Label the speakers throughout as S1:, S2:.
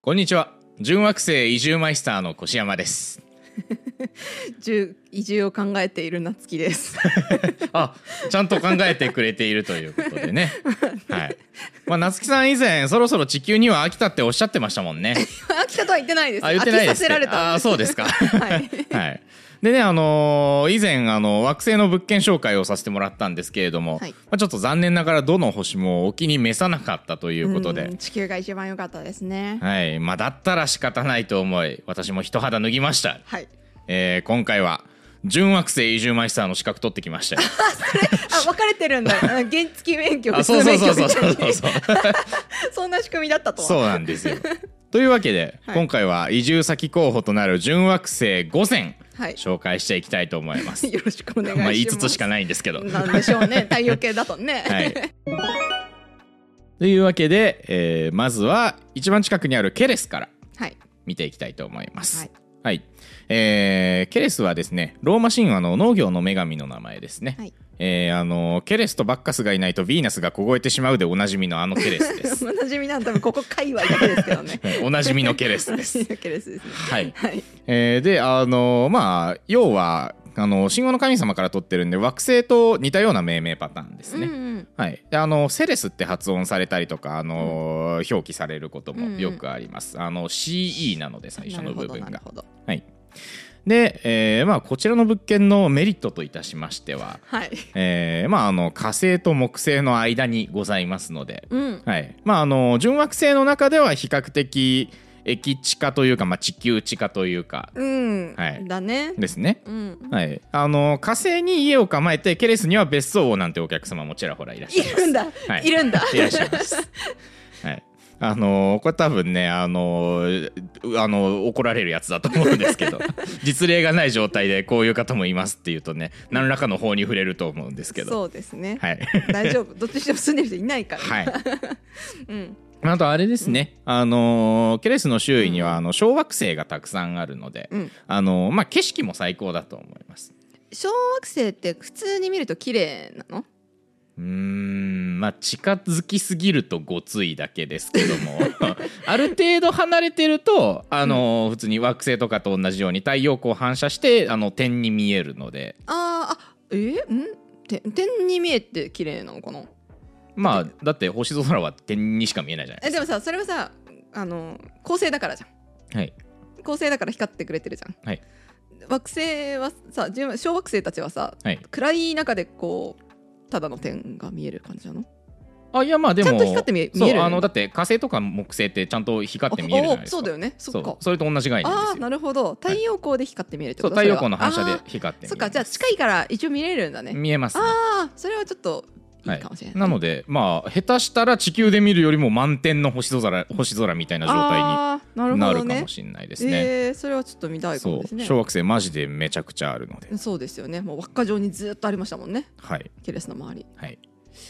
S1: こんにちは準惑星移住マイスターの越山です
S2: 住移住を考えている夏希 です。
S1: あちゃんと考えてくれているということで ねはい。まあ夏木さん以前そろそろ地球には飽きたっておっしゃってましたもん ね
S2: 飽きたとは言ってないです。
S1: あ言ってないです
S2: 飽きさせられた。
S1: あそうですか
S2: はい。
S1: はい。でね、あのー以前、あの、惑星の物件紹介をさせてもらったんですけれども、
S2: はい
S1: まあ、ちょっと残念ながらどの星もお気に召さなかったという こと
S2: ん
S1: で、
S2: 地球が一番良かったですね。
S1: はい。まあ、だったら仕方ないと思い、私も一肌脱ぎました。
S2: はい。
S1: えー今回は、準惑星移住マイスターの資格取ってきましたよ。
S2: あ分かれて るんだ。あの原付免許、
S1: あ、
S2: 普通
S1: そうそうそ
S2: 免許
S1: うそう
S2: みた
S1: そ
S2: いうに
S1: そうそう。
S2: そんな仕組みだったとは。
S1: そうなんですよ。 というわけで、
S2: はい
S1: 今回は移住先候補となる準惑星5選、
S2: はい
S1: 紹介していきたいと思います。
S2: よろしく お願いします。
S1: まあ5つしかないんですけど。
S2: なんでしょうね。太陽系だと ね。
S1: はい。というわけで、えーまずは一番近くにあるケレスから
S2: はい。
S1: 見ていきたいと思います。は
S2: はいい。
S1: えーケレスはですね、ローマ神話の農業の女神の名前ですね。
S2: はい
S1: えーあのケレスとバッカスがいないとヴィーナスが凍えてしまうでおなじみのあのケレスで す。
S2: おなじみなん多分ここ界隈だけですけ どね。
S1: おなじみのケレス です。
S2: ケレスですね。
S1: はい。
S2: はい。
S1: えーで、あのまあ、要は、あの神話の神様から取ってるんで惑星と似たような命名パターンですね。
S2: うんうん
S1: はい、であのセレスって発音されたりとか、あのー表記されることもよくあります、あの CE なので最初の部分
S2: なる
S1: が
S2: ほどなるほ
S1: は
S2: ど。
S1: い、で、えーまあ、こちらの物件のメリットといたしましては、
S2: はい。
S1: えーまあ、あの火星と木星の間にございますので、
S2: うん。
S1: はいまあ、あの準惑星の中では比較的駅地下というか、まあ、地球地下というか
S2: うん。
S1: はい
S2: だね。
S1: ですね、
S2: うん。
S1: はい、あの火星に家を構えてケレスには別荘をなんてお客様もちらほらいらっしゃい
S2: い
S1: ます
S2: るんだ、
S1: はい
S2: い、るんだ。
S1: いらっしゃいます。はい。あのーこれ多分ね、あのーうあのー怒られるやつだと思うんですけ ど実例がない状態でこういう方もいますっていうとね何らかの法に触れると思うんですけど
S2: そうですね。
S1: はい
S2: 大丈夫。どっちにしても住んでる人いないから。
S1: はい
S2: うん。
S1: あとあれですね、あのーケレスの周囲にはあの小惑星がたくさんあるので、
S2: うん
S1: あのーまあ、景色も最高だと思います
S2: 小惑星って普通に見ると綺麗なの？
S1: うーんまあ近づきすぎるとごついだけですけども ある程度離れてるとあの、普通に惑星とかと同じように太陽光を反射してあの点に見えるので
S2: あーあ、えー、ん？て点に見えて綺麗なのかな？
S1: まあだって星空は点にしか見えないじゃない
S2: え
S1: で
S2: でもさ、それはさ、あの恒星だからじゃん。
S1: すか。はい、
S2: 恒星だから光ってくれてるじゃん。
S1: はい。
S2: 惑星はさ、自分小惑星たちはさ、
S1: はい、
S2: 暗い中でこうただの点が見える感じなの？
S1: あいやまあでも
S2: ちゃんと光って見え見える
S1: そうあのだって火星とか木星ってちゃんと光って見えるじゃないですか。
S2: あおそうだよね。そっ
S1: そ
S2: か
S1: う。それと同じ概念です
S2: ああー
S1: よ。
S2: なるほど。太陽光で光って見えるって
S1: そ
S2: こ
S1: う
S2: と？
S1: 太陽光の反射
S2: それは
S1: で
S2: あー
S1: 光って見える。
S2: そっかじゃあ近いから一応見れるんだね
S1: 見えますね。
S2: ああそれはちょっといいかもしれない、
S1: なのでまあ下手したら地球で見るよりも満点の星空星空みたいな状態
S2: あーなる
S1: に
S2: ほ
S1: な
S2: ど
S1: るか
S2: ね
S1: もしれないですね。
S2: えーそれはちょっと見たいか
S1: そ
S2: も
S1: う
S2: ですね
S1: 小惑星マジでめちゃくちゃあるので、
S2: そうですよねもう輪っか状にずっとありましたもんね
S1: はい
S2: ケレスの周り
S1: はい。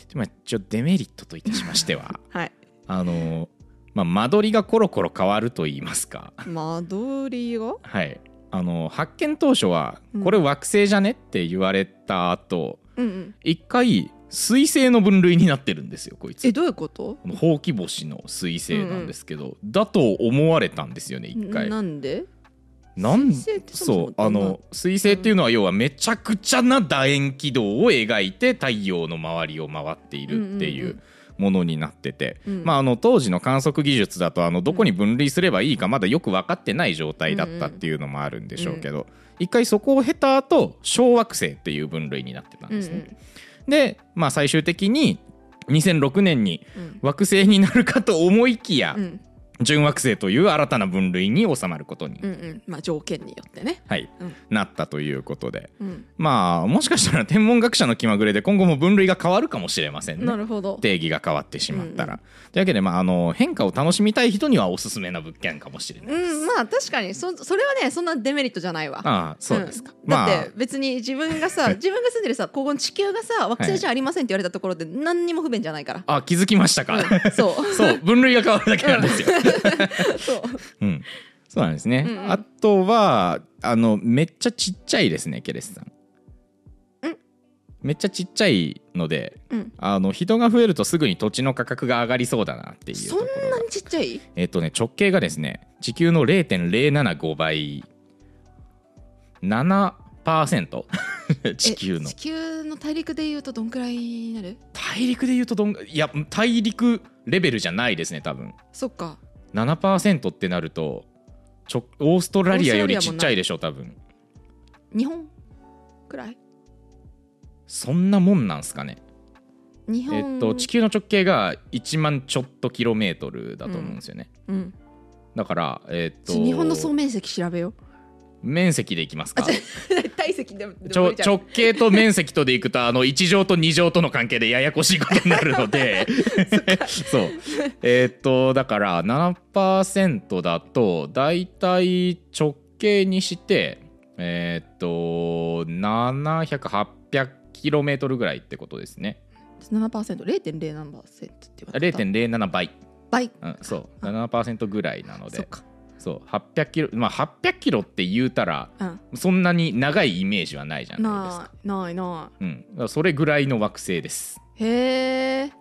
S1: でまあ一応デメリットといたしましては
S2: はい
S1: あのーまあ間取りがコロコロ変わると言いますか、
S2: 間取りが
S1: はい。あのー発見当初は
S2: うん
S1: これ惑星じゃねって言われた後、
S2: うんうん
S1: 一回水星の分類になってるんですよこいつ
S2: え。どういうこと
S1: このほうき星の彗星なんですけど、だと思われたんですよね一回
S2: なんで
S1: なん
S2: 彗星ってそ
S1: そ
S2: も
S1: う
S2: そも
S1: あ
S2: どんな
S1: の彗星っていうのは要はめちゃくちゃな楕円軌道を描いて太陽の周りを回っているってい
S2: んうん
S1: ううものになってて、
S2: うん
S1: まあ、あの当時の観測技術だとあのどこに分類すればいいかまだよく分かってない状態だったっていうのもあるんでしょうけど、一回そこを経た後小惑星っていう分類になってたん
S2: う
S1: で
S2: んう
S1: すね。
S2: ん
S1: で、まあ、最終的に2006年に
S2: うん
S1: 惑星になるかと思いきや、
S2: うん
S1: 準惑星という新たな分類に収まることに、
S2: うんうんまあ条件によってね
S1: はい
S2: うん
S1: なったということで
S2: うん
S1: まあもしかしたら天文学者の気まぐれで今後も分類が変わるかもしれません
S2: な
S1: ね
S2: るほど
S1: 定義が変わってしまったら、
S2: う
S1: というわけで、まあ、あの変化を楽しみたい人にはおすすめな物件かもしれない、
S2: うんまあ確かにそそれはねそんなデメリットじゃないわ
S1: ああそうですか、
S2: ん
S1: ま
S2: だっ
S1: あ
S2: て別に自分がさ自分が住んでるさここの地球がさ惑星じゃありませんって言われたところで何にも不便じゃないから、
S1: あ気づきましたか、
S2: そう
S1: そう分類が変わるだけなんですよ、
S2: そう
S1: うん、そうなんですね、
S2: うんうん
S1: あとはあのめっちゃちっちゃいですねケレスさんめっちゃちっちゃいので
S2: うん
S1: あの人が増えるとすぐに土地の価格が上がりそうだなっていうと
S2: そん
S1: ころが
S2: なにちっちゃい
S1: えっとね直径がですね地球の0.075倍7% 地球
S2: え
S1: の
S2: 地球の大陸でいうとどんくらいになる
S1: 大陸で言うとどんいや大陸レベルじゃないですね多分
S2: そっか
S1: 7%ってなるとちょオーストラリアよりちっちゃいでしょ多分
S2: 日本くらい
S1: そんなもんなんすかね
S2: 日本
S1: えっと地球の直径が1万ちょっとキロメートルだと思うんですよね、
S2: うん、
S1: だからえっと
S2: ちょ日本の総面積調 べよ
S1: 面積でいきますか
S2: う体積でも
S1: ちょ直径と面積とでいくとあの1乗と2乗との関係でややこしいことになるの でそうえーっとだから7%だとだいたい直径にしてえーっと700800キロメートルぐらいってことですね
S2: 7%0.0 何パーセントって言われた
S1: 0.07倍、
S2: 倍
S1: うん、そう7%ぐらいなの
S2: そっ
S1: で
S2: か
S1: そう800キロまあ800キロって言うたら
S2: うん
S1: そんなに長いイメージはないじゃないですか
S2: ないないな
S1: うん、だからそれぐらいの惑星です
S2: いへえ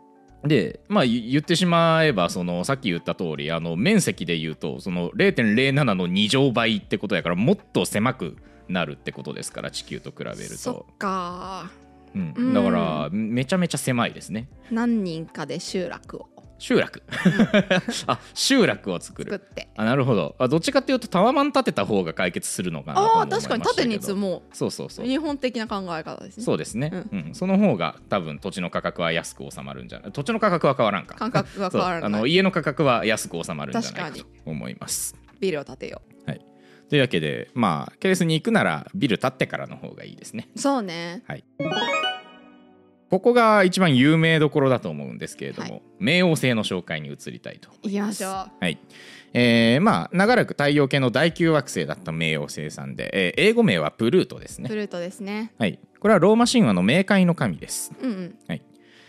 S1: でまあ言言ってしまえばそのさっき言った通りあの面積で言うとその0.07の2乗倍ってことやからもっと狭くなるってことですから地球と比べると
S2: そ、っか
S1: うん
S2: うん
S1: だからめちゃめちゃ狭いですね
S2: 何人かで集落を
S1: 集落 あ集落を作
S2: 作
S1: る
S2: って
S1: あなるほどあどっちかっていうとタワマン立てた方が解決するのかなとも
S2: あ
S1: 思い
S2: あ
S1: ま
S2: 確
S1: した
S2: か
S1: け
S2: に
S1: ど
S2: 縦に積も
S1: そうそうそうう
S2: 日本的な考え方ですね
S1: そうですね、
S2: う
S1: うんその方が多分土地の価格は安く収まるんじゃない土地の価格は変わらんか
S2: 感覚が変わら
S1: そうあ
S2: な
S1: の
S2: い
S1: 家の価格は安く収まるんじゃないか
S2: 確
S1: と
S2: か
S1: 思います。
S2: ビルを建てよ
S1: というわけでまあケレスに行くならビル建ってからの方がいいですね。
S2: うそうね
S1: ここが一番有名どころだと思うんですけれども、
S2: は
S1: 冥王星の紹介に移りたいと思
S2: 行
S1: い
S2: き
S1: ま。
S2: ますしょ
S1: はいえーまあ、長らく太陽系の第9惑星だった冥王星さんで、えー英語名はプルートです
S2: うプ
S1: ね、
S2: ルートですね
S1: はい、これはローマ神話の冥界の神です、
S2: うんうん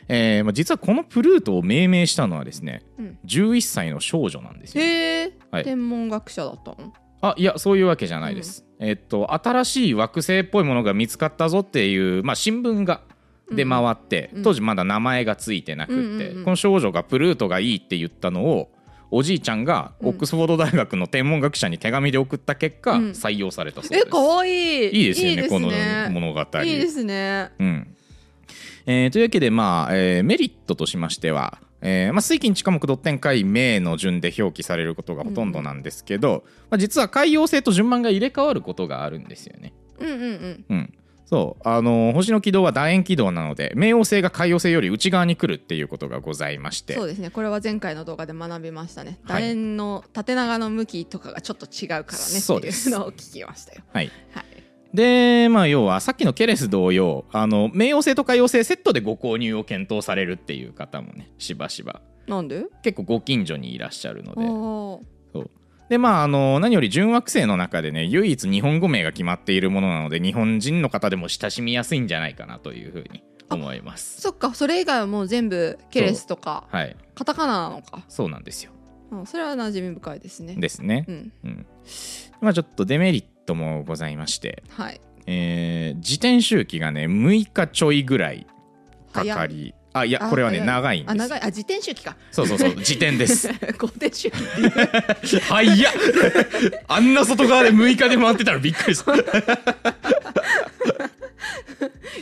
S1: えーまあ、実はこのプルートを命名したのはですね
S2: うん
S1: 11歳の少女なんですよ
S2: へえ、
S1: はい
S2: 天文学者だったの
S1: あいやそういうわけじゃないです、えっと新しい惑星っぽいものが見つかったぞっていう、まあ、新聞がで回って、
S2: うん
S1: 当時まだ名前がついてなくって、
S2: うんうんうん
S1: この少女がプルートがいいって言ったのをおじいちゃんが
S2: うん
S1: オックスフォード大学の天文学者に手紙で送った結果、
S2: うん
S1: 採用されたそうで
S2: え
S1: す、
S2: かわいい
S1: いいですよねこの
S2: ね
S1: 物語
S2: いいですね
S1: うんえーというわけで、まあえーメリットとしましては、えーまあ、水金地下木土天海明の順で表記されることがほとんどなんですけど、まあ、実は海洋星と順番が入れ替わることがあるんですよね。
S2: うんうんうん
S1: うんそうあのー星の軌道は楕円軌道なので冥王星が海洋星より内側に来るっていうことがございまして
S2: そうですねこれは前回の動画で学びましたね
S1: はい
S2: 楕円の縦長の向きとかがちょっと違うからね
S1: そう
S2: って
S1: で
S2: い
S1: す
S2: うのを聞きましたよ
S1: はい、
S2: はい
S1: でまあ要はさっきのケレス同様あの冥王星と海洋星セットでご購入を検討されるっていう方もねしばしば
S2: なんで
S1: 結構ご近所にいらっしゃるの
S2: あ
S1: で。
S2: ー
S1: そうでまあ、あの何より準惑星の中でね唯一日本語名が決まっているものなので日本人の方でも親しみやすいんじゃないかなというふうに思います
S2: そっかそれ以外はもう全部ケレスとか
S1: はい
S2: カタカナなのか
S1: そうなんですよ
S2: うんそれは馴染み深いですね
S1: ですね
S2: う、ん
S1: うんまあ、ちょっとデメリットもございまして、
S2: はい
S1: えー、自転周期がね6日ちょいぐらいか
S2: 早
S1: か
S2: い
S1: りあいや
S2: あ
S1: これはね
S2: 早い
S1: 長いん
S2: あ
S1: です
S2: 長いあ自転周期か
S1: そうそうそう時点で す
S2: 固定周期
S1: 早っあんな外側で6日で回ってたらびっくりした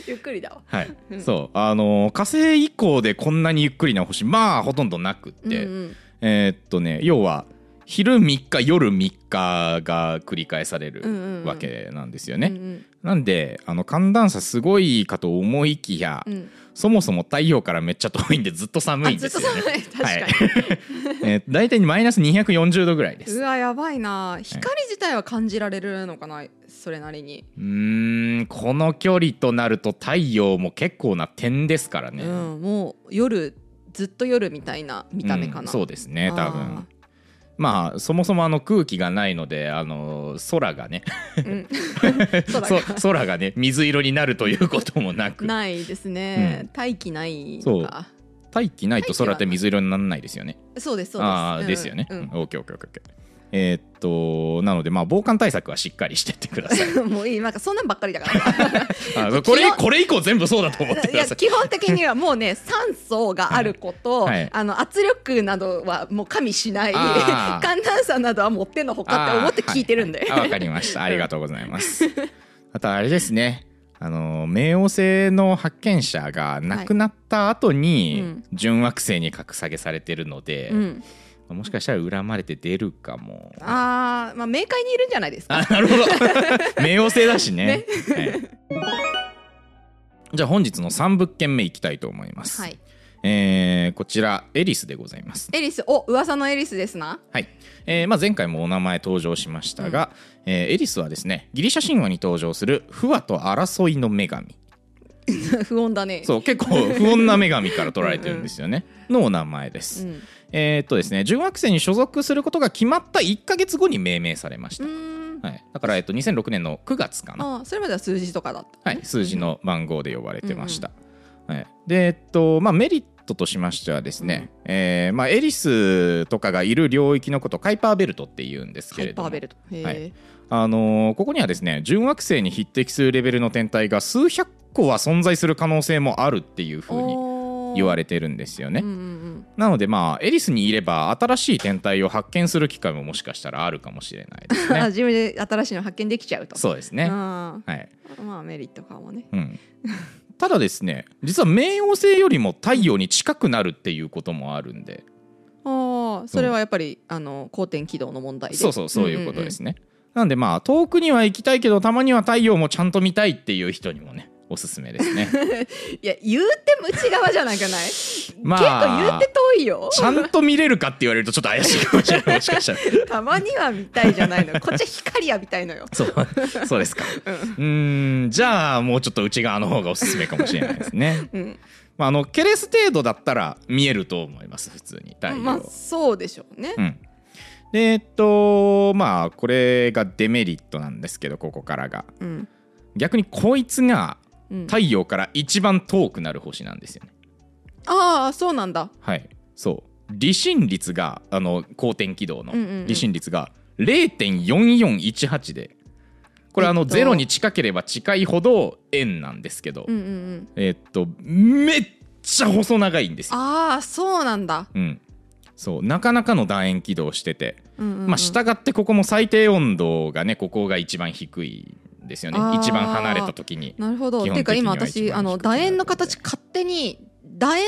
S2: ゆっくりだわ
S1: はい、
S2: うん
S1: そうあのー火星以降でこんなにゆっくりな星まあほとんどなくって、
S2: うんうん
S1: えーっとね要は昼3日夜3日が繰り返され
S2: うんうんう
S1: る
S2: ん
S1: わけなんですよね、
S2: うんうん
S1: なんであの寒暖差すごいかと思いきや、
S2: うん
S1: そもそも太陽からめっちゃ遠いんでずっと寒いん
S2: あ
S1: で
S2: ずっと
S1: すよ
S2: 寒
S1: ね
S2: い 確かに、
S1: えー大体マイナス240度ぐらいで
S2: う
S1: す
S2: わやばいな光自体は感じられるのかなそれなりに、
S1: うーんこの距離となると太陽も結構な点ですからね、
S2: うん、もう夜ずっと夜みたいな見た目かな、
S1: うんそうですね多
S2: あ
S1: 分まあそもそもあの空気がないのであの空がね
S2: ーうん 空が
S1: そ空がね水色になるということもなく
S2: ないですね、
S1: うん
S2: 大気ないの
S1: そう
S2: か
S1: 大気ないと空って水色にならないですよね
S2: そうですそうです
S1: ああーですよね、
S2: うんうん
S1: オッケーオッケーオッケーオッケーえーっとなのでまあ防寒対策はしっかりしてってくだ さい
S2: もういいなんかそんなんばっかりだ から
S1: あこ
S2: 基
S1: れ
S2: 本
S1: これ以降全部そうだと思って
S2: い
S1: く
S2: や
S1: ださい
S2: 基本的にはもう ね酸素があること、
S1: はいはい
S2: あの圧力などはもう加味しない
S1: あー
S2: 寒暖差などはもう手のほかって思って聞いてるんで、
S1: あーはいあわかりましたありがとうございますあとあれですねあの冥王星の発見者が亡くなった後
S2: はいう
S1: に
S2: ん
S1: 準惑星に格下げされてるので、
S2: うん、
S1: もしかしたら恨まれて出るかも
S2: あー、まあ冥界にいるんじゃないですか
S1: あなるほ ど冥王星だしねはいじゃあ本日の3物件目いきたいと思います、
S2: はい
S1: えーこちらエリスでございます
S2: エリスお噂のエリスですな
S1: はいえーまあ、前回もお名前登場しましたが、えーエリスはですねギリシャ神話に登場する不和と争いの女神
S2: 不穏だね
S1: そう結構不穏な女神から取られてるんですよ ねのお名前です、
S2: うん
S1: えーっとですね準惑星に所属することが決まった1か月後に命名されました、
S2: うーん
S1: はい、だから、えっと、2006年の9月かな
S2: あーそれまでは数字とかだった
S1: はい、数字の番号で呼ばれてました。はい、で、えっとまあ、メリットとしましてはですね、えーまあ、エリスとかがいる領域のことカイパーベルトっていうんです
S2: ハ
S1: けれ
S2: イ
S1: ど
S2: パ
S1: も
S2: ーベルトへー、
S1: はいあのーここにはですね準惑星に匹敵するレベルの天体が数百個は存在する可能性もあるっていうふうに言わ
S2: れ
S1: れてるんですよ
S2: て
S1: ね
S2: うん。うん
S1: なのでまあエリスにいれば新しい天体を発見する機会ももしかしたらあるかもしれないで
S2: う
S1: す
S2: ん あ
S1: ね。
S2: 自分で新しいの発見できちゃうと
S1: そうです
S2: う
S1: ね、
S2: ん
S1: はい
S2: まあメリットかもね
S1: うん、ただですね実は冥王星よりも太陽に近くなるっていうこともあるんで
S2: ああそれはやっぱり、あの公転軌道の問題で
S1: そうそうそういうことですね、なんでまあ遠くには行きたいけどたまには太陽もちゃんと見たいっていう人にもねおすすめですね
S2: うんうんいや言うても内側じゃなくない、
S1: ま
S2: 結構言う
S1: あ
S2: て遠いよ
S1: ちゃんと見れるかって言われるとちょっと怪しいかもしれないもしかしたら
S2: たまには見たいじゃな いのこっちは光やみたいのよ
S1: そうそうですかうーんじゃあもうちょっと内側の方がおすすめかもしれないですね、
S2: うん、
S1: まあ、あのケレス程度だったら見えると思います普通に太陽、
S2: まあそうでしょうね
S1: うん、でえっとまあこれがデメリットなんですけどここからが
S2: うん、
S1: 逆にこいつが
S2: うん、
S1: 太陽から一番遠くなる星なんですよね
S2: ああそうなんだ
S1: はいそう離心率があの公転軌道の
S2: うんうんうん
S1: 離心率が0.4418でこれあ
S2: え
S1: の
S2: っと
S1: ゼロに近ければ近いほど円なんですけど
S2: うんうんうん
S1: えっとめっちゃ細長いんですよ
S2: ああそうなんだ
S1: うんそうなかなかの楕円軌道をしてて
S2: うんうんうん
S1: まあ、従ってここも最低温度がねここが一番低いんですよね
S2: あー
S1: 一番離れた時に
S2: なるほど
S1: 基
S2: て
S1: 本
S2: いうか今
S1: 的には一
S2: 私
S1: 番
S2: あの
S1: 低くなる
S2: 楕円の形勝手に楕円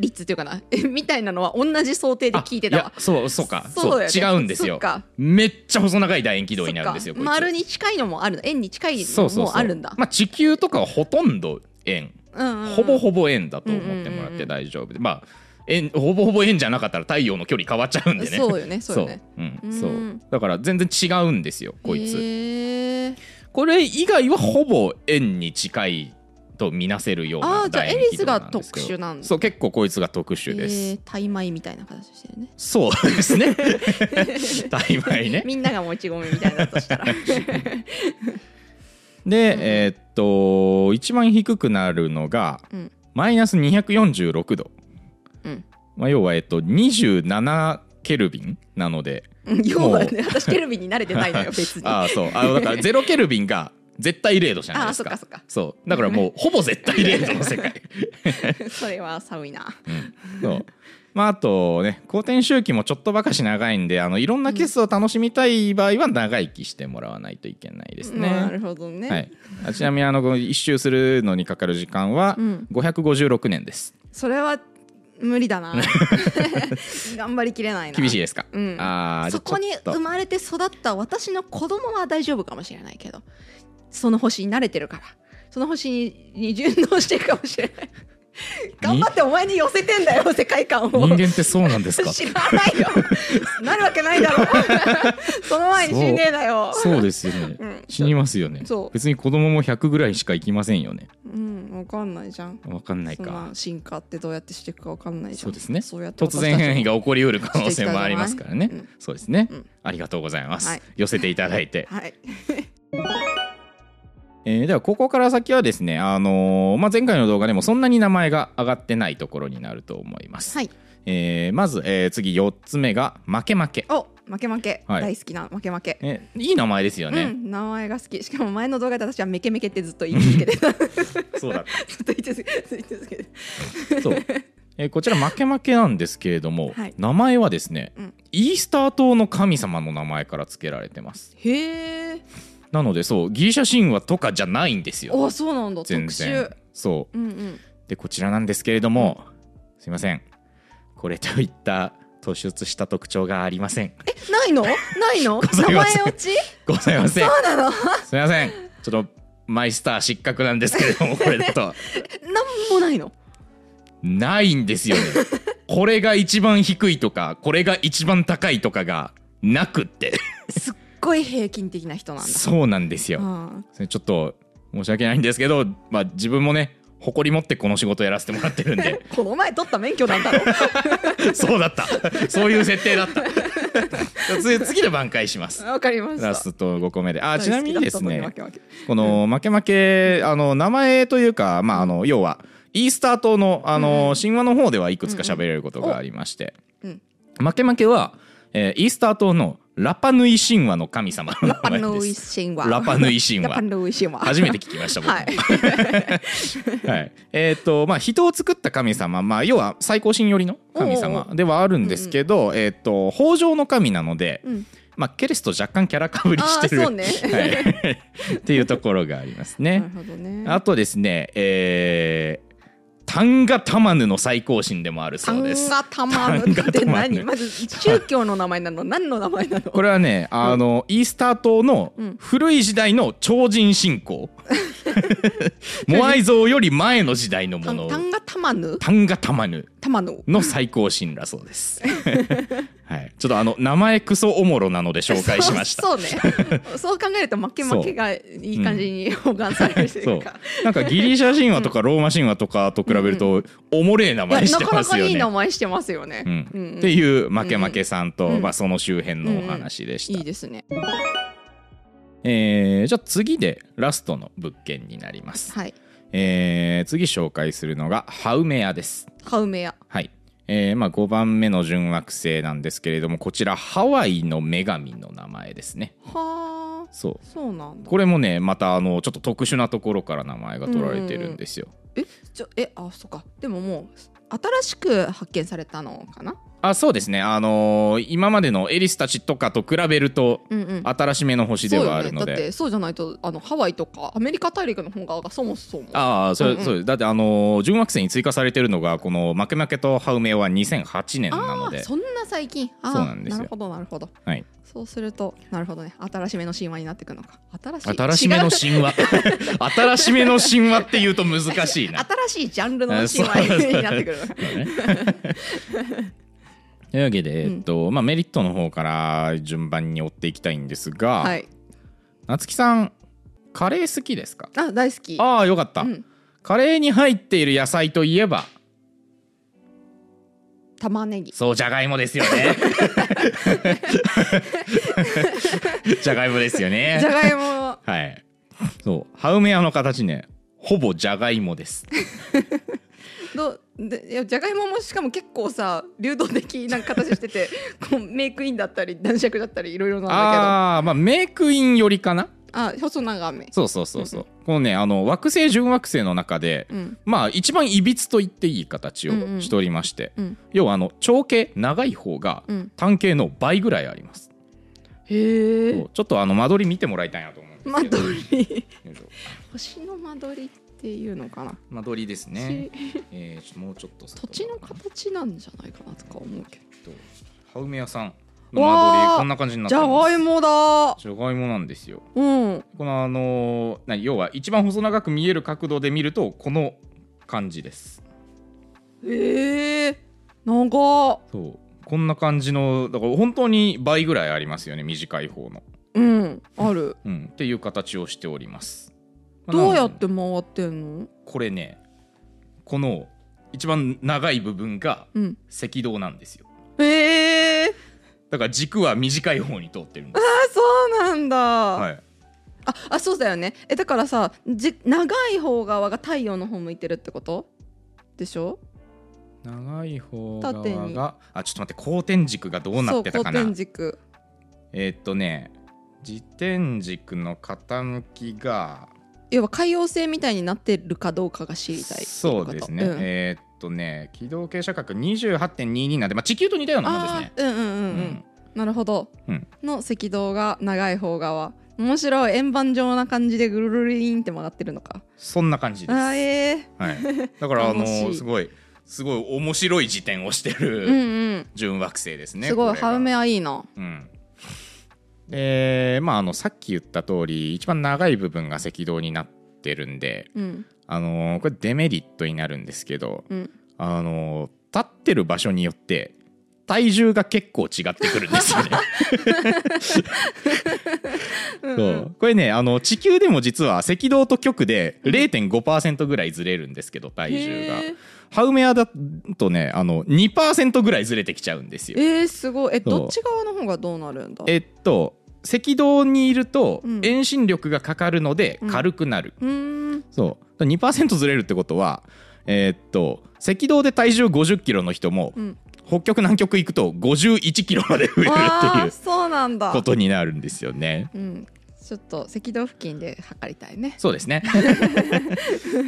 S2: 率っていうかなみたいなのは同じ想定で聞いてた
S1: あ
S2: わ
S1: やそうそうか
S2: だ
S1: そ
S2: よ
S1: う
S2: ね
S1: 違うんです
S2: そっ
S1: よ
S2: か
S1: めっちゃ細長い楕円軌道になるんですよ
S2: そ
S1: こ
S2: っ
S1: いつ
S2: か丸に近いのもあるの円に近い
S1: そ
S2: の
S1: うそう
S2: も
S1: そう
S2: あるんだ
S1: まあ、地球とかはほとんど円
S2: うんうん
S1: ほぼほぼ円だと思ってもら
S2: うんうんう
S1: っ
S2: んう
S1: て
S2: ん
S1: 大丈夫で、まあ円ほぼほぼ円じゃなかったら太陽の距離変わっちゃうんでね
S2: そうよねそうよね
S1: そう,、うん
S2: うん
S1: そうだから全然違うんですよこいつ、
S2: へー
S1: これ以外はほぼ円に近いとみなせるよう
S2: あ
S1: な
S2: ーじゃあ
S1: 楕円軌道
S2: エリスが特殊なん
S1: で
S2: だ
S1: すけどそう結構こいつが特殊です、
S2: えー、タイ米みたいな形してるね
S1: そうです ね 大枚ね
S2: みんながもち米みたいだとした ら
S1: で、えーっと一番低くなるのが
S2: うん
S1: マイナス246度、
S2: うん
S1: まあ、要はえっと27ケルビンなので
S2: 要はね私テレビに慣れてないのよ別に
S1: ああそうあのだから0ケルビンが絶対0度じゃないですか
S2: あーそっかそっか
S1: そうだからもうほぼ絶対0度の世界
S2: それは寒いな
S1: そう。まあ、あとね公転周期もちょっとばかし長いんであのいろんなケースを楽しみたい場合は長生きしてもらわないといけないですね。
S2: なるほどね、
S1: はい、あちなみにあのこの一周するのにかかる時間は
S2: うん
S1: 556年です。
S2: それは無理 だな 頑張りきれないな
S1: 厳しいですか、
S2: うん
S1: あーじゃあ
S2: そこに
S1: ちょっと
S2: 生まれて育った私の子供は大丈夫かもしれないけどその星に慣れてるからその星にに順応してるかもしれない 頑張ってお前に寄せてんだよ世界観を
S1: 人間ってそうなんです か
S2: 知らないよなるわけない だろその前に死んでえだよ
S1: そうですよね、
S2: うん
S1: 死にますよね
S2: そう
S1: 別に子供も100ぐらいしか生きませんよね
S2: うんわかんないじゃん
S1: わかんない
S2: そん
S1: か
S2: な進化ってどうやってしていくかわかんないじゃん
S1: そうですね
S2: そうやって
S1: 突然変異
S2: が
S1: が起こりうる可能性もありますからね、
S2: うん
S1: そうですね、
S2: うん
S1: ありがとうございます、
S2: はい
S1: 寄せていただいて
S2: はい
S1: えーではここから先はですね、あのーまあ、前回の動画でもそんなに名前が上がってないところになると思います、
S2: はい
S1: えーまず、えー次4つ目が「負け負け
S2: お負け負け、
S1: はい
S2: 大好きな負け負け、
S1: ね、いい名前ですよ
S2: う
S1: ね、
S2: ん名前が好きしかも前の動画で私はメケメケってずっと言い続けてた ずっ
S1: そうだっ
S2: と言い続けずっと言い続けて
S1: たそう、えーこちら負け負けなんですけれども、
S2: はい
S1: 名前はですね、
S2: うん
S1: イースター島の神様の名前から付けられてます
S2: へえ
S1: なのでそうギリシャ神話とかじゃないんですよ
S2: あそうなんだ
S1: 全
S2: 特
S1: 然
S2: 集
S1: そう
S2: うんうん
S1: でこちらなんですけれどもすいませんこれといった突出した特徴がありません
S2: えないのない の
S1: ざ
S2: 名
S1: いま
S2: 前
S1: せん
S2: 落ち
S1: ございません
S2: そうなの
S1: すいませんちょっとマイスター失格なんですけれどもこれだと
S2: なんもないの
S1: ないんですよねこれが一番低いとかこれが一番高いとかがなくって
S2: すっごい平均的な人なんだ
S1: そうなんですよ
S2: あ
S1: それちょっと申し訳ないんですけどまあ自分もね誇り持ってこの仕事やらせてもらってるん で
S2: この前取った免許なんだろ
S1: そうだったそういう設定だった次次で挽回します
S2: わかりまし
S1: ラ
S2: た
S1: スト5個目であ
S2: 大好き
S1: ちなみにです
S2: だ
S1: ね
S2: ったのに負け負
S1: この負け負けあの名前というかまああの要はイースター島のあ
S2: う
S1: の
S2: ん
S1: 神話の方ではいくつか喋れることがありまして
S2: うん
S1: 負け負けはえーイースター島のラパヌイ神話の神様の
S2: けラパ
S1: 名
S2: ヌ
S1: 前で
S2: イ
S1: す
S2: 神話
S1: ラパヌイ神
S2: ラパ
S1: 話
S2: ヌイ神話
S1: 初めて聞きました僕も
S2: はい
S1: はい、えっ、とまあ人を作った神様、まあ、要は最高神寄りの神
S2: おう
S1: 様
S2: お
S1: ではあるんですけど、えっ、と北条の神なので、
S2: うん
S1: まあ、ケレスと若干キャラかぶりしてる
S2: あーそうね
S1: はい、 っていうところがあります
S2: なる
S1: ね。
S2: ほどね
S1: あとですね、えー、タンガタマヌの最高神でもある
S2: タ
S1: そうで
S2: ン
S1: す。
S2: ガタマヌって
S1: タンガタマ
S2: 何
S1: ヌ
S2: まず宗教の名前なの何の名前なの
S1: これはねあの、イースター島の
S2: うん
S1: 古い時代の超人信仰 モアイ像より前の時代のも
S2: タ
S1: の
S2: ン
S1: を
S2: タンガタマヌ
S1: タンガタマヌ
S2: タマヌ
S1: の最高神らそう です。はい、ちょっとあの名前クソおもろなので紹介しました。
S2: そうそう ねそう考えると負け負けがいい感じに包含される
S1: そ
S2: といううか
S1: なんかギリシャ神話とかローマ神話とかと比べるとおもれえ名
S2: いや
S1: 前し
S2: な
S1: て
S2: か
S1: ま
S2: な
S1: す
S2: か
S1: よ
S2: いい
S1: ね
S2: 名。前してますよね
S1: う
S2: うんん
S1: っていう負け負けさんと、
S2: うん
S1: まあ、その周辺のお話でした、
S2: いいですね
S1: えーじゃあ次でラストの物件になります、
S2: はい
S1: えー次紹介するのがハウメアです
S2: ハウメヤ
S1: はい、えーまあ、5番目の準惑星なんですけれどもこちらハワイの女神の名前ですね
S2: はあ
S1: そう
S2: そうなんだ
S1: これもねまたあのちょっと特殊なところから名前が取られてるんですよ。
S2: えちょえあそっかでももう新しく発見されたのかな
S1: あそうですねあのー今までのエリスたちとかと比べると
S2: うんうん
S1: 新しめの星ではあ
S2: そう
S1: る
S2: よね
S1: の
S2: だっ
S1: で。
S2: てそうじゃないとあのハワイとかアメリカ大陸の方がそもそも
S1: ああそう
S2: うんうん
S1: そうですだってあのー準惑星に追加されてるのがこの「負け負けとハウメイは2008年なの
S2: あー
S1: で
S2: そんな最近あー
S1: そうなんですよ
S2: るほどなるほど
S1: はい
S2: そうするとなるほどね新しめの神話になっていくのか新しい
S1: 新しめの
S2: 違う
S1: 神話 新しめの神話っていうと難しいな。
S2: 新しいジャンルの
S1: あ
S2: 神
S1: そう
S2: 話になってくるのか
S1: そうねというわけで、えっとまあ、メリットの方から順番に追っていきたいんですが、
S2: はい
S1: 夏希さんカレー好きですか
S2: あ大好き
S1: ああよかった、
S2: うん
S1: カレーに入っている野菜といえば
S2: 玉ねぎ
S1: そうじゃがいもですよ ねじゃがいもですよ
S2: じゃ
S1: ね
S2: がいも
S1: はいそうハウメアの形ねほぼじゃがいもです
S2: どでいやじゃがいももしかも結構さ流動的な形して てこうメイクインだったり男爵だったりいろいろなんだ
S1: ああーまあメイクインよりかな
S2: けどあ細長め
S1: そうそうそうそう、このねあの惑星準惑星の中で、
S2: うん
S1: まあ一番いびつと言っていい形を
S2: うんうん
S1: しておりまして、
S2: うん
S1: 要はあの長径長い方が
S2: うん
S1: 単径の倍ぐらいあります
S2: へ
S1: そ
S2: え
S1: うちょっとあの間取り見てもらいたいなと思うんですけど
S2: 間取り
S1: よいしょ
S2: 星の間取りっていうのかな
S1: 間取りですね、えー、ちょっともうちょっと
S2: 土地の形なんじゃないかなとか思うけ
S1: とハウメ屋さんの間取
S2: わ
S1: り
S2: ー
S1: こんな感じにな
S2: ど
S1: っ
S2: じ
S1: て
S2: ゃ
S1: ま
S2: が
S1: す
S2: いもだ
S1: じゃがいもなんですよ
S2: うん
S1: このあのー何要は一番細長く見える角度で見るとこの感じです
S2: ええ長っ
S1: そうこんな感じのだから本当に倍ぐらいありますよね短い方の、
S2: うんある
S1: うん、っていう形をしております
S2: どう
S1: な
S2: やっ
S1: ので
S2: て回ってんの
S1: これねこの一番長い部分が
S2: うん
S1: 赤道なんですよ
S2: ええ
S1: だから軸は短い方に通ってるんです
S2: あそうなんだ、
S1: はい
S2: ああそうだよねえだからさじ長い方側が太陽の方向いてるってことでしょ
S1: 長い方
S2: 縦に
S1: 側があちょっと待って光天軸がどうなってたか
S2: そう
S1: な
S2: 光天軸
S1: えーっとね自転軸の傾きが
S2: 要は海洋性みたいになってるかどうかが知りたいってい
S1: そう
S2: こと
S1: ですね、
S2: うん
S1: えーっとね軌道傾斜角28.22なんで、まあ、地球と似たようなもんです
S2: あ
S1: ね。
S2: あーうんうんう
S1: う
S2: んうん
S1: ん
S2: なるほど、
S1: うん
S2: の赤道が長い方側面白い円盤状な感じでぐるるりんって曲がってるのか
S1: そんな感じです。
S2: あー
S1: はい、
S2: え
S1: だから あの
S2: 楽しい
S1: すごいすごい面白い辞典をして
S2: ー、うん
S1: る
S2: うん
S1: 準惑星ですね。
S2: すご
S1: こ
S2: い
S1: れが
S2: ハウメはいいな
S1: うんでまああのさっき言った通り一番長い部分が赤道になってるんで、
S2: うん
S1: あのこれデメリットになるんですけど、
S2: うん
S1: あの立ってる場所によって体重が結構違ってくるんですよね。
S2: うん
S1: そううんこれねあの地球でも実は赤道と極で0.5%ぐらいずれるんですけど体重が
S2: へー
S1: ハウメアだとねあの2%ぐらいずれてきちゃうんですよ。
S2: えー、すごいえ
S1: そう
S2: どっち側の方がどうなるんだ
S1: えっと赤道にいると
S2: うん
S1: 遠心力がかかるので軽くなる、
S2: うーん
S1: そう2%ずれるってことはえっと赤道で体重50キロの人も
S2: うん
S1: 北極南極行くと51キロまで増えるって
S2: あ
S1: い
S2: ー
S1: う
S2: そうなんだ
S1: ことになるんですよね。
S2: うんちょっと赤道付近で測りたいね
S1: そうですね。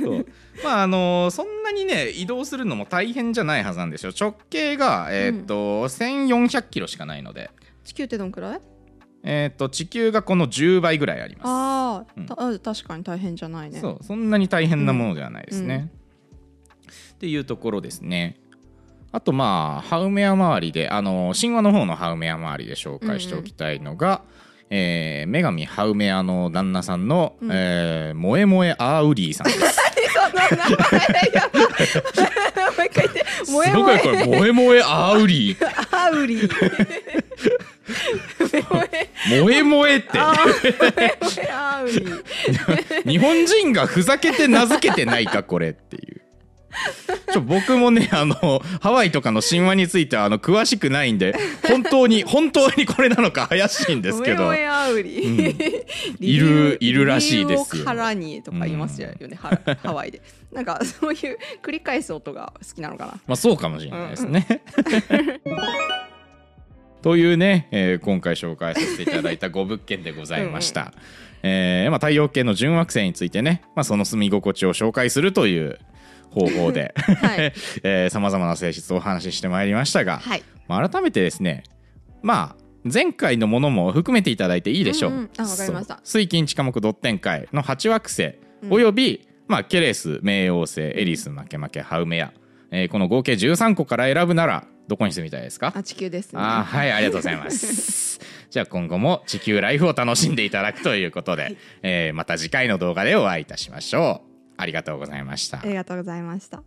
S1: そうまああのそんなにね移動するのも大変じゃないはずなんですよ。直径がえーっと、1400キロしかないので、
S2: 地球ってどんくらい
S1: えーっと地球がこの10倍ぐらいありま
S2: あー、
S1: うん
S2: たあ確かに大変じゃない
S1: す。
S2: ね
S1: そうそんなに大変なものではないですね。っていうところですね。あとまあハウメア周りであの神話の方のハウメア周りで紹介しておきたいのが。えー女神ハウメアの旦那さんの、
S2: うん
S1: えー萌え萌えアーウリーさんです。
S2: その名前や ばいもう一回言って「萌え
S1: すご
S2: 萌
S1: くこ
S2: え
S1: れ萌え萌えアウリ ー
S2: アウリー」萌え
S1: 萌え萌えって
S2: あー萌え萌えアウリー
S1: 日本人がふざけて名付けてないかこれっていうちょ僕もねあのハワイとかの神話についてはあの詳しくないんで本当に本当にこれなのか怪しいんです
S2: 萌
S1: け
S2: え
S1: ど
S2: 萌えアウリ ー、
S1: いるいるらしいですよ
S2: 理由をからにとか言いますよね、ハ ラハワイでなんかそういう繰り返す音が好きなのかな
S1: まあそうかもしれないですね。 というね、えー今回紹介させていただいた5物件でございました。えーまあ、太陽系の準惑星についてね、まあ、その住み心地を紹介するという方法で
S2: はい、
S1: さまざまな性質をお話ししてまいりましたが、
S2: はい、
S1: まあ、改めてですねまあ前回のものも含めていただいていいでしょう。
S2: うんうんあわかりました
S1: そう水金地下木ドッテン界の8惑星
S2: うん
S1: および、まあ、ケレス冥王星エリス負け負けハウメア、えーこの合計13個から選ぶならどこに住みたいですか
S2: あ地球ですね
S1: あーはいありがとうございます じゃあ今後も地球ライフを楽しんでいただくということで、えーまた次回の動画でお会いいたしましょうありがとうございました
S2: ありがとうございました